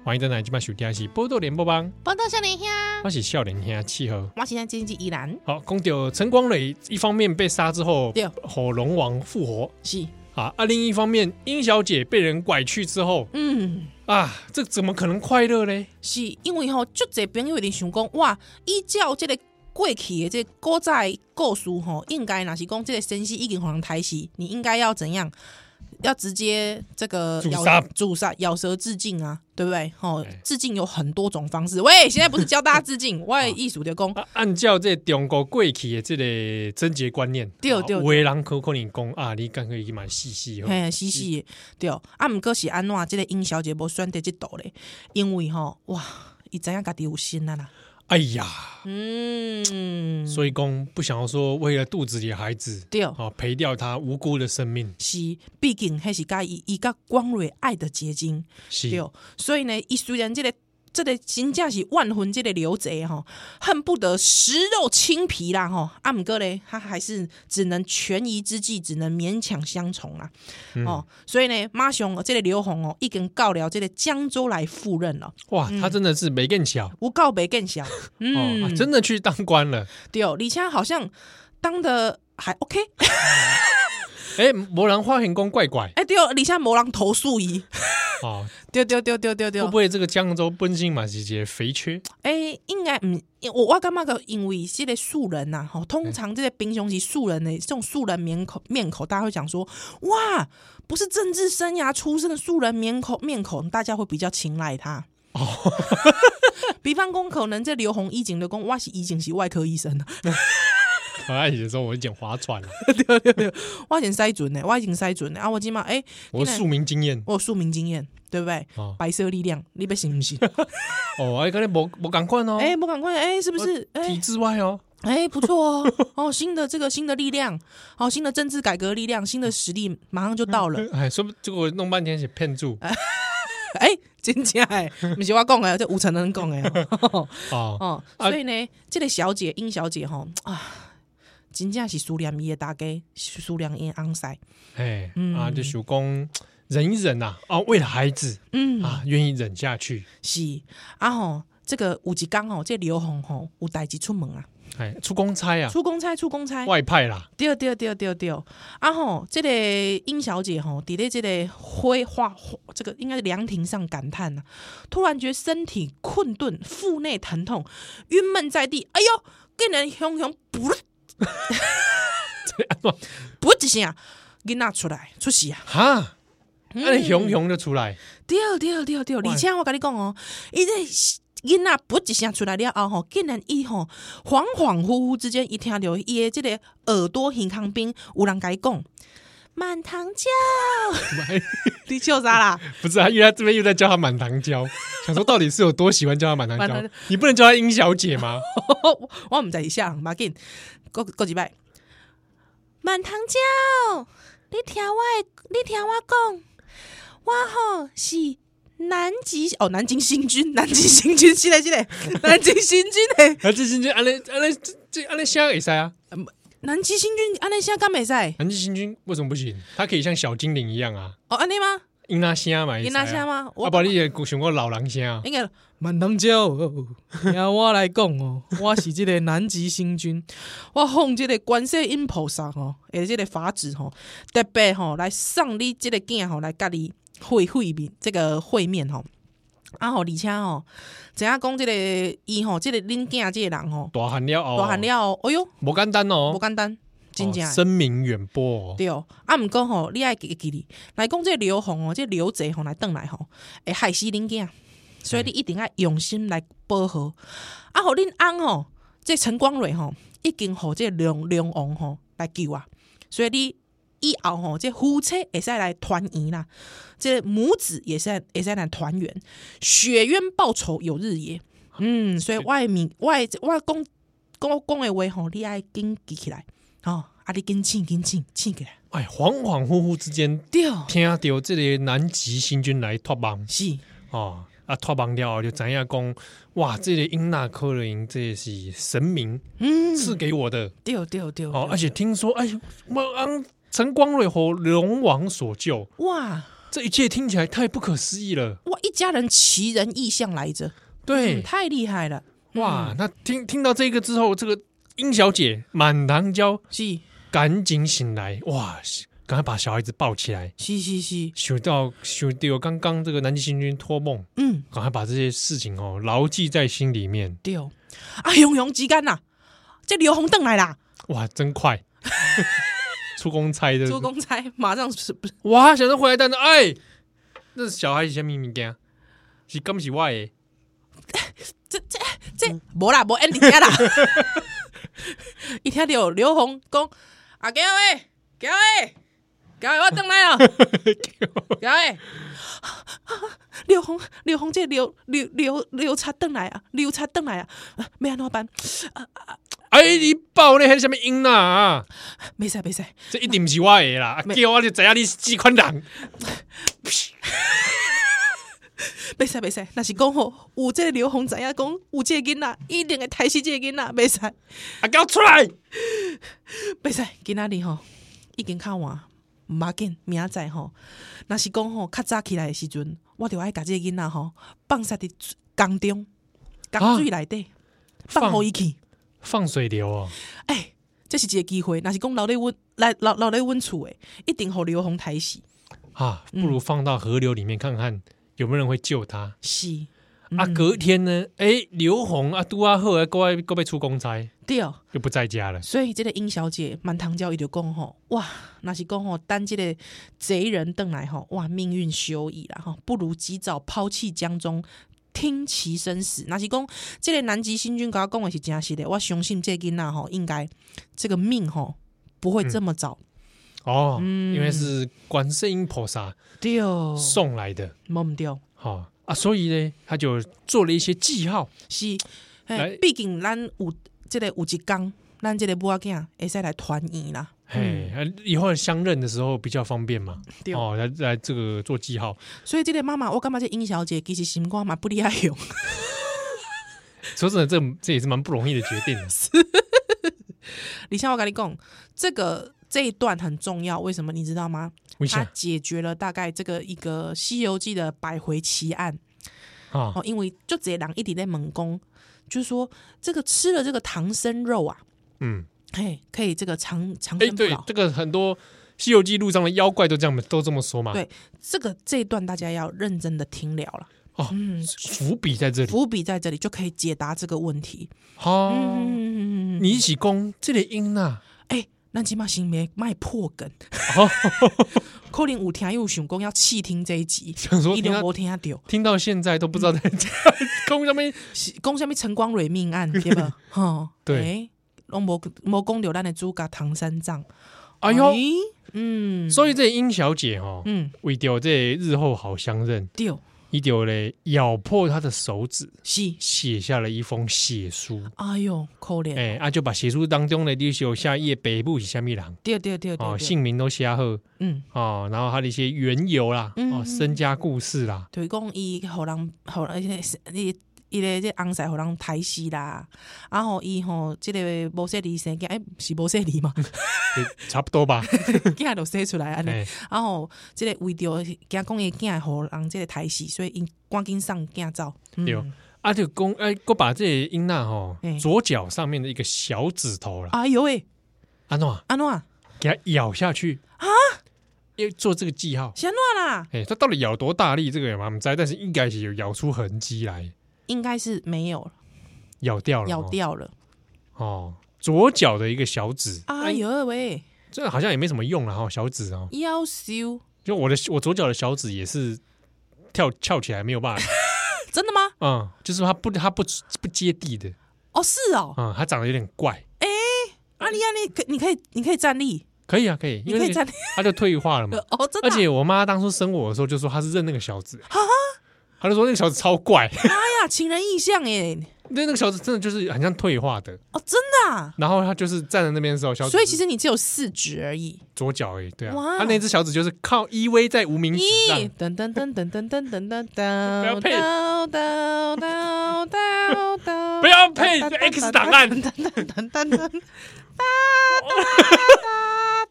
A: 欢迎登来今晚收听的是波多联播帮，
B: 报道少年兄，
A: 我是少年兄七号。
B: 我现在经济依然
A: 好，讲到陈光磊一方面被杀之后
B: 对，
A: 火龙王复活
B: 是，
A: 啊，啊，另一方面殷小姐被人拐去之后
B: 嗯，
A: 啊，这怎么可能快乐嘞？
B: 是因为吼，足侪朋友一定想讲，哇，依照即个过去的即个古早的故事吼，应该若是讲即个神仙已经互人抬死，你应该要怎样？要直接这个
A: 诛
B: 咬
A: 杀
B: 诛杀、咬舌自尽啊，对不对？吼
A: 对，
B: 自尽有很多种方式。喂，现在不是教大家自
A: <laughs>
B: 尽，我的意思就讲，
A: 啊，按照这中国过去的这个贞洁观念，
B: 对
A: 啊
B: 对
A: 有的人可可能讲啊，你干可以买细细哦，
B: 嘿，是是的，对。啊，毋过是安怎？即个殷小姐无选择即道咧，因为吼，哇，伊知影家己有心啊啦。
A: 哎呀，
B: 嗯，
A: 所以公不想要说为了肚子里的孩子，
B: 对
A: 啊，赔掉他无辜的生命，
B: 是，毕竟迄是甲伊伊甲光蕊爱的结晶，
A: 是
B: 对。所以呢，伊虽然即、个即、个真正是万魂即个流贼吼，恨不得食肉青皮啦吼，啊毋过咧，他还是只能权宜之计，只能勉强相从啦。
A: 嗯
B: 哦，所以呢，马上即个刘宏哦，已经到了即个江州来赴任了，
A: 哇，他真的是没更巧
B: 有告白更小，
A: <laughs>
B: 嗯，
A: 哦，啊真的去当官了。
B: 对，而且好像当的还 OK，
A: 哎，魔兰花田宫怪怪
B: 哎、对，而且无人投诉伊， <laughs>
A: 哦，
B: 对对对对对对
A: 会。不会这个江州奔星马是节肥缺？
B: 诶、应该毋我我感觉个，因为这个素人呐、吼，通常这个平常是素人的这种素人面孔面孔，大家会讲说，哇，不是政治生涯出身的素人面孔面孔，大家会比较青睐他。哦， <laughs> 比方讲，可能这刘宏一景的讲，我是一景是外科医生啊，
A: 我爱啊的时候我一点划船
B: <laughs>
A: 了，
B: 我以前筛准的，我以前筛准的啊，我起码诶，
A: 我庶民经验
B: 我有庶民经验，对不对？
A: 哦
B: 白色力量，你别信不信？
A: 哦，哎，刚才没没赶快哦，
B: 诶、不赶快，诶、是不是？诶、
A: 体制外哦，
B: 哎、不错哦，哦，新的这个新的力量，哦，新的政治改革力量，新的实力马上就到了。
A: 哎，说不结果弄半天是骗
B: <laughs>
A: 住
B: 啊哎、真假哎，不是我讲的，这吴承恩讲的哦。
A: 哦，
B: 哦，
A: <laughs> 啊
B: 所以呢，这个小姐殷小姐吼啊，真正是苏联伊的大家，苏联伊昂塞，
A: 哎，啊，就属公忍一忍呐，啊，为了孩子
B: 嗯，
A: 啊，愿意忍下去，
B: 是啊吼，这个有一天吼，这刘宏吼有代志出门啊，
A: 哎，出公差啊，
B: 出公差，出公差。
A: 外派啦，
B: 对对对对对，啊吼，这个殷小姐吼，伫咧这个灰花花这个应该是凉亭上感叹呐、啊突然觉身体困顿，腹内疼痛，晕闷在地，哎呦，竟然熊熊不
A: <laughs>
B: 不一声，囡仔出来出事啊！
A: 哈，啊那
B: 嗯
A: 你熊熊就出来，
B: 对对对对，而且我跟你讲哦，伊这囡仔不一声出来了后吼，竟然伊吼恍恍惚惚之间，伊听到伊的这个耳朵耳康边有人甲伊讲满堂叫，你笑啥啦？
A: 不是啊，因为他这边又在教他满
B: <laughs>
A: 堂教，想说到底是有多喜欢教他满堂
B: 满
A: 教
B: 堂，
A: 你不能叫他殷小姐吗？
B: 我我毋知伊啥人，马紧，过过一摆。满堂鸟，你听我的，你听我讲，我吼是南极哦，南京新军，南京新军，是嘞是嘞，南京新军嘞，
A: 啊，这新军，安尼安尼这这安尼下也塞啊，
B: 南极新军，安尼声敢袂使？哦
A: 南极新军为什么不行？他可以像小精灵一样啊，
B: 哦，安尼吗？
A: 因那虾嘛，
B: 因那声？吗？
A: 我
B: 我
A: 啊把你也想过老狼虾啊，
B: 应该
C: 满堂鸟，听我来讲
B: <laughs>
C: 哦，我是这个南极星君，
B: 我奉即个观世音菩萨吼，诶，即个法旨吼，特别吼来送你即个囝吼来甲你会会面，这个会面吼。啊吼，而且吼，知影讲即个伊吼，即、个恁囝即个人吼，
A: 大喊了哦，
B: 大汉，了后，哎哟，
A: 不简单
B: 无
A: 哦，
B: 简单，真正
A: 哦
B: 的、
A: 声名远播哦，
B: 对哦。啊，毋过吼，你爱记记哩，来讲即个刘宏哦，即、个刘贼吼来倒来吼，会害死恁囝，所以你一定要用心来保护。啊，吼恁翁吼，即陈光蕊吼，已经吼即梁梁王吼来救啊，所以你以后吼，即夫妻会使来团圆啦，即母子也是会使来团圆，血冤报仇有日也。嗯，所以外面外外讲讲讲的话吼，你爱紧记起来，吼、哦，啊你紧醒紧醒醒起来，
A: 哎，恍恍惚惚之间
B: 对，
A: 听到这个南极新军来托帮
B: 是。
A: 哦。啊，托帮了后就知影讲，哇，这个英纳科勒因这是神明
B: 嗯，
A: 赐给我的、
B: 对对对，
A: 哦，
B: 对
A: 而且听说，哎，我昂陈光蕊和龙王所救，
B: 哇，
A: 这一切听起来太不可思议了。
B: 哇，一家人奇人异象来着，
A: 对，
B: 嗯，太厉害了，
A: 哇，那听听到这个之后，这个殷小姐满堂娇
B: 是
A: 赶紧醒来，哇，赶快把小孩子抱起来。
B: 是是是，
A: 想到想到刚刚这个南极星君托梦，
B: 嗯，
A: 赶快把这些事情哦牢记在心里面。
B: 对，啊，雄雄之间呐，这刘红邓来啦，
A: 哇，真快！ <laughs> 出公差的，
B: 周公差马上是不是？
A: 哇，想到回来但是哎，那小孩是什么物件？是刚是我的，
B: 这这这无啦，无 ending 啦。 <laughs> 一听到刘红讲啊，姜伟，姜伟，姜伟，我等来了，姜伟。刘红，刘红，这刘刘刘刘叉等来啊，刘叉等来啊，啊要安怎么办？
A: 哎，你抱那还是什么音啊？
B: 没使没使，
A: 这一定不是我的啦！啊
B: 没
A: 叫我就知影你是几款人，
B: 没使没使，若是讲吼，有这个刘红知影讲，有这个囡仔一定会杀死这个囡仔，没使
A: 啊，给我出来！
B: 袂使今仔日吼已经较晚，毋要紧，明仔载吼，若是讲吼较早起来的时阵，我就爱甲即个囡仔吼放杀伫江中江水内底、放互伊去。
A: 放水流哦，
B: 哎、这是一个机会，若是讲留咧阮来留留咧阮厝诶，一定互刘洪刣死。
A: 啊，不如放到河流里面看看有没有人会救他。
B: 是，
A: 啊，隔天呢，哎，刘红啊，杜阿赫啊，各位各位出公差，
B: 对。
A: 又不在家了。
B: 所以即个殷小姐满堂教伊就讲吼，哇，若是讲吼，等即个贼人倒来吼，哇，命运休矣啦吼，不如及早抛弃江中。听其生死，若是讲即个南极星君甲我讲的是真实的，我相信这个囡仔吼，应该这个命吼不会这么早。
A: 哦，因为是观世音菩萨
B: 对，无
A: 送来的，
B: 毋对，
A: 哈、哦、啊，所以呢，他就做了一些记号。
B: 是，
A: 来
B: 嘿毕竟咱有即、个有一工，咱即个母仔囝会使来团圆啦。
A: 嘿，啊以后相认的时候比较方便嘛。
B: 对
A: 哦，来来这个做记号，
B: 所以即个妈妈，我感觉这殷小姐其实心肝嘛不厉害哦用。
A: 说真的，这这也是蛮不容易的决定的。
B: 李湘，我跟你讲，这个这一段很重要，为什么你知道吗？
A: 为
B: 它
A: 啥
B: 解决了大概这个一个《西游记》的百回奇案
A: 啊？
B: 哦，因为就这人一直在猛攻，就是说这个吃了这个唐僧肉啊，
A: 嗯，
B: 嘿，可以这个长长
A: 哎、
B: 生不
A: 对
B: 老，。
A: 这个很多《西游记》路上的妖怪都这样都这么说嘛。
B: 对这个这一段大家要认真的听了了，
A: 哦，
B: 嗯，
A: 伏笔在这里。
B: 伏笔在这里就可以解答这个问题。
A: 哦，
B: 嗯，
A: 你一起攻这个音呐、 <laughs>
B: 哎，那起码行没卖破梗，
A: 哦，
B: <laughs> 可能有听友想讲要弃听这一集，
A: 想说
B: 一
A: 听
B: 定
A: 到
B: 无听到。
A: 听到现在都不知道在 <laughs> 在攻上面
B: 是讲什么晨光蕊命案，对吧？吼，
A: 对
B: 欸，拢无无讲到咱的主角唐三藏。
A: 哎呦，
B: 嗯，
A: 所以这殷小姐哦，
B: 嗯，
A: 为着这日后好相认，
B: 对，
A: 伊就嘞咬破她的手指，
B: 是，
A: 写下了一封血书。
B: 哎呦，可怜，
A: 哎、啊，就把血书当中呢，你有下页北部是虾米人
B: 对对对
A: 哦，
B: 对，对
A: 姓名都写好
B: 嗯，
A: 哦，然后他的一些缘由啦，
B: 嗯
A: 哦，身家故事
B: <laughs>
A: 啦，
B: 就是讲伊互人互呃人伊伊个这翁婿互人刣死啦，啊吼伊吼即个无说离生囝，哎是无说
A: <laughs>
B: 离嘛，
A: 也差不多吧。
B: 囝就说出来安尼，
A: 哎、
B: 啊吼即个为着惊讲伊囝互人即个刣死，所以因赶紧送囝走，嗯
A: 对啊，就公哎，我把这英娜哦
B: 哎，
A: 左脚上面的一个小指头啦，
B: 哎呦喂，
A: 安诺、啊、
B: 安怎啊？
A: 给它咬下去啊，要做这个记号。
B: 是安怎啦？
A: 哎、它到底咬多大力，这个也蛮不知道，但是应该是有咬出痕迹来，
B: 应该是没有了
A: 咬掉了、
B: 咬掉了。
A: 哦，左脚的一个小指，
B: 哎呦喂，
A: 这好像也没什么用了哈、小指哦，
B: 夭寿！
A: 就我的我左脚的小指也是跳翘起来没有办法，
B: 真的吗？
A: <laughs> 嗯，就是它不它不不接地的，
B: 哦，是哦。
A: 嗯，它长得有点怪，哎
B: 啊，你啊，你可你可以你可以站立，
A: 可以啊，可以，
B: 你
A: 因
B: 可
A: 为
B: 以
A: 那 <laughs>
B: 站
A: 个
B: 立。
A: 它就退化了嘛。
B: 哦，真的
A: 而
B: 啊。
A: 且我妈当初生我的时候就说她是认那个小指，
B: <laughs>
A: 她就说那个小指超怪， <laughs>
B: 哎呀，情人意象耶！
A: 那那个小指真的就是很像退化的。
B: 哦，真的啊。
A: 然后她就是站在那边的时候，小指
B: 所以其实你只有四指而已。
A: 左脚而已，对啊，
B: 哇
A: 她那只小指就是靠依偎在无名指上
B: 咦，，噔噔噔噔噔噔噔噔
A: 要
B: 噔，
A: 配
B: 噔噔噔噔噔，
A: 不要配 X 档案
B: 噔噔噔噔噔噔，哒哒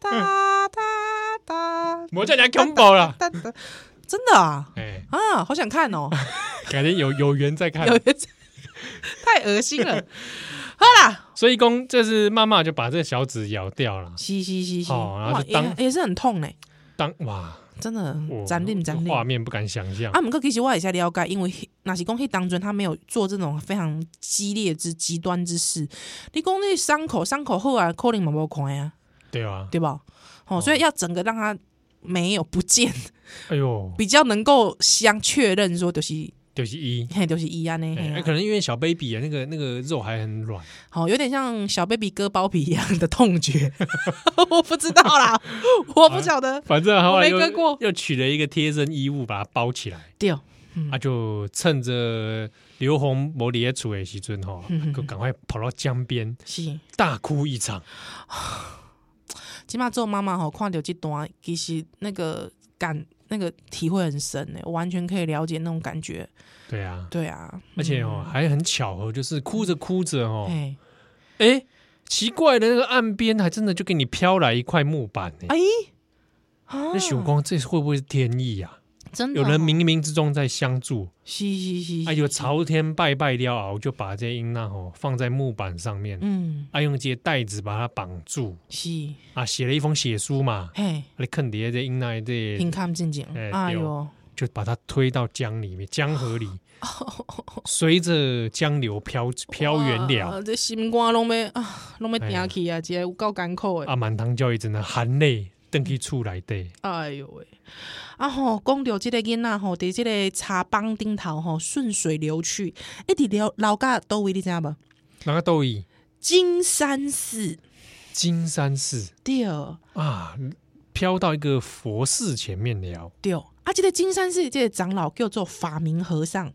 B: 哒哒哒哒。
A: 我叫人家 combo 了。
B: 哒哒真的啊
A: 哎，
B: 啊，好想看哦，
A: 改天有有缘再看
B: 有。缘再太恶心了。好啦，
A: 所以公就是妈妈就把这小指咬掉了，
B: 嘻嘻嘻嘻，
A: 哦然后
B: 哇，
A: 就当
B: 也也是很痛呢，
A: 当哇，
B: 真的
A: 我，
B: 斩令斩令。
A: 画面不敢想象
B: 啊，，毋过其实我也是了解，因为迄若是讲迄当中他没有做这种非常激烈之极端之事。你讲那伤口伤口好啊，可能嘛无看啊，
A: 对啊，
B: 对吧？哦，所以要整个让他没有不见，
A: 哎呦，
B: 比较能够相确认说就是
A: 就是一，
B: 嘿就是伊安尼，
A: 哎
B: 嘿
A: 哎
B: 啊
A: 可能因为小 baby 啊，那个那个肉还很软，
B: 好、有点像小 baby 割包皮一样的痛觉， <laughs> 我不知道啦，我
A: 哎
B: 不晓得。
A: 反正后来又
B: 我没割过
A: 又取了一个贴身衣物把它包起来，
B: 对，
A: 啊，就趁着刘洪摩里出的时阵吼
B: 嗯嗯，嗯
A: 就赶快跑到江边
B: 是，
A: 大哭一场，
B: 起码做妈妈吼，看到这段，其实那个感那个体会很深欸诶，我完全可以了解那种感觉。
A: 对啊，
B: 对啊，
A: 而且哦还很巧合，就是哭着哭着哦，
B: 哎
A: 哎，奇怪的那个岸边还真的就给你飘来一块木板呢。
B: 哎啊
A: 那哦想光这会不会是天意啊？
B: 真的
A: 有人
B: 哦，
A: 冥冥之中在相助，
B: 嘻嘻嘻，
A: 哎
B: 是
A: 呦，朝天拜拜了啊！我就把这音呐吼放在木板上面，
B: 嗯，
A: 啊，用这些带子把它绑住
B: 是，
A: 啊，写了一封血书嘛，
B: 嘿，
A: 你坑爹这音呐这
B: 平看静静
A: 哎，
B: 哎
A: 对
B: 呦，
A: 就把它推到江里面，江河里，随着江流飘飘远
B: 哇
A: 了。哎
B: 这心肝拢要啊，拢要定去啊，这有够艰苦诶，
A: 啊，满堂教育真的含泪登去厝来的，
B: 哎呦喂，啊吼，讲到即个囡仔吼，伫即个茶帮顶头吼，顺水流去，一直流流到倒位，你知影无？
A: 那个都以
B: 金山寺
A: 金山寺
B: 对
A: 啊，飘到一个佛寺前面了。
B: 对，啊，即、个金山寺即个长老叫做法明和尚，
A: 哦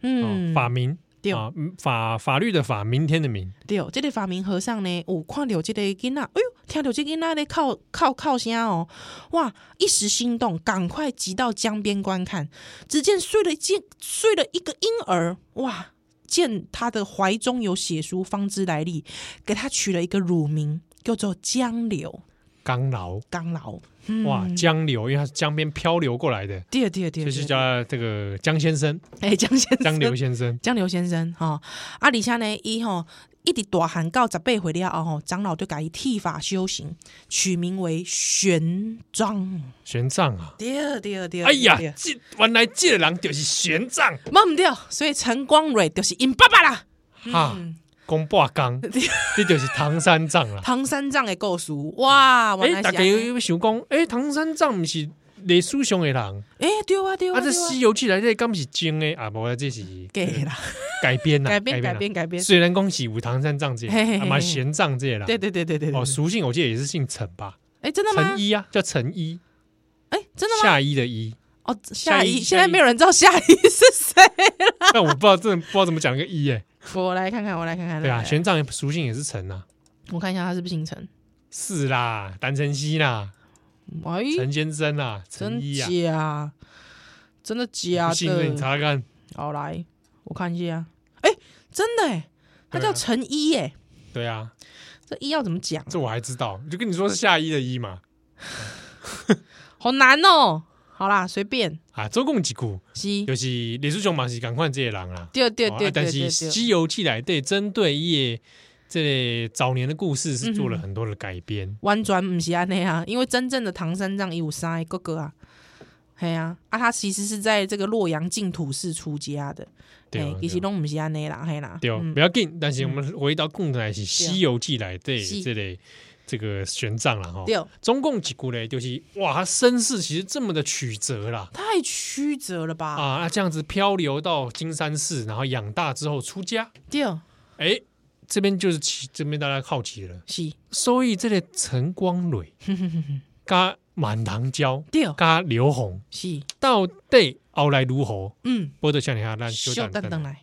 B: 嗯，
A: 法明
B: 对
A: 啊，嗯法法律的法，明天的明，
B: 对，这个法明和尚呢，有看到这个囡仔，哎呦，听到这个囡仔咧哭哭哭声哦，哇，一时心动，赶快急到江边观看，只见睡了一见睡了一个婴儿，哇，见他的怀中有血书，方知来历，给他取了一个乳名，叫做江流
A: 刚劳
B: 刚老，
A: 哇，江流，因为它是江边漂流过来的，
B: 对对对，
A: 就是
B: 对
A: 叫这个江先生、
B: 哎江先生
A: 江流先
B: <laughs>
A: 生
B: 江流先生吼、啊，而且呢，伊吼、一直大汉到十八岁了后吼，长老就甲伊剃发修行，取名为玄奘。
A: 玄奘啊。
B: 对对对，
A: 哎呀
B: 对，
A: 这原来这个人就是玄奘
B: 冇毋对，所以陈光蕊就是因爸爸啦，
A: 哈，公霸刚，
B: <laughs>
A: 这就是唐三藏啦。
B: 唐三藏的故事。哇，原
A: 哎，
B: 来
A: 大
B: 是
A: 家
B: 安尼
A: 有想讲，哎，唐三藏不是历史上的人，啊，
B: 哎、对啊对啊，
A: 这《
B: 对
A: 西
B: 啊
A: 游记》来这敢不是真的啊？无啦，这是
B: 给
A: <laughs>
B: 啦，
A: 改编啦，啊
B: 改编改
A: 啦。
B: 编改编，
A: 虽然讲是有唐三藏这
B: 嘿嘿
A: 个，
B: 嘿
A: 嘛
B: 嘿
A: 玄奘这个啦，
B: 对对对对对对，
A: 哦，
B: 对
A: 俗姓我记得也是姓陈吧？
B: 哎、真的吗
A: 陈？一啊，叫陈一，
B: 哎、真的吗？
A: 夏一的
B: <laughs>
A: 一。
B: 哦，
A: 夏
B: 夏
A: 一
B: 一，
A: 夏
B: 现在
A: 一
B: 没有人知道夏一 <laughs> 是谁。
A: 但我不知道，真的不知道怎么讲一个一
B: <laughs>
A: 哎。
B: 我来看看，我来看看。
A: 对
B: 来
A: 啊，
B: 来
A: 玄奘俗姓也是陈啊，
B: 我看一下他是不是姓陈？
A: 是啦，丹晨曦啦，
B: 哎，
A: 陈先生啦，陈一啊。
B: 真假？真的假
A: 不信的你
B: 的？
A: 查查看，
B: 好来，我看一下。哎、真的哎、他
A: 对啊
B: 叫陈一耶，
A: 对啊，
B: 这一要怎么讲？
A: 这我还知道，就跟你说是夏一的一嘛。
B: 好难哦。好啦，随便。
A: 啊，周共几股
B: 是，
A: 就是李世雄嘛是赶快这些人啦。
B: 对对
A: 哦啊
B: 对对
A: 但
B: 对
A: 是《
B: 对。
A: 西游记》来对针对叶这类早年的故事是做了
B: 嗯哼
A: 很多的改编。
B: 完全不是安内啊，因为真正的唐三藏伊有三个哥哥啊，嘿啊，啊他其实是在这个洛阳净土寺出家的，
A: 对啊
B: 嘿其实
A: 对啊
B: 拢不是安内啦，嘿啦，
A: 对，哦
B: 嗯
A: 不要紧，但是我们回到共同来是《西游记》来对
B: 是
A: 这类这个玄奘啦哈。
B: 对，哦
A: 中共几股嘞，就是哇，他身世其实这么的曲折啦。
B: 太曲折了吧？
A: 啊，那这样子漂流到金山寺，然后养大之后出家，
B: 对，哦
A: 哎、这边就是奇，这边大家好奇了，
B: 是，
A: 所以这个陈光
B: <laughs>
A: 蕊、加满堂娇、
B: 对，哦
A: 加刘洪，
B: 是，
A: 到底后来如何？
B: 嗯，
A: 波特向你下，那
B: 稍
A: 休
B: 等
A: 蛋
B: 等
A: 蛋。
B: 来，